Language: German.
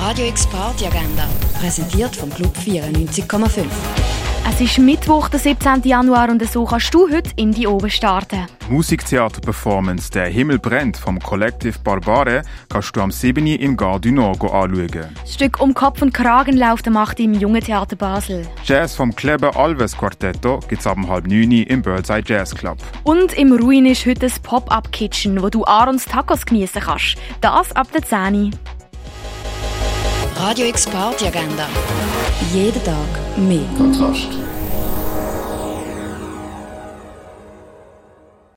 Radio X Party Agenda, präsentiert vom Club 94,5. Es ist Mittwoch, der 17. Januar und so kannst du heute in die Oben starten. Musiktheaterperformance «Der Himmel brennt» vom Kollektiv Barbare kannst du am 7. Uhr im Gare du Nord anschauen. Das Stück «Um Kopf und Kragen» läuft am 8. Uhr im Jungen Theater Basel. Jazz vom Kleber Alves Quartetto gibt's ab halb 9 Uhr im Birdseye Jazz Club. Und im Ruin ist heute das Pop-Up-Kitchen, wo du Aarons Tacos geniessen kannst. Das ab der 10. Uhr. Radio X Party Agenda. Jeden Tag mehr. Kontrast.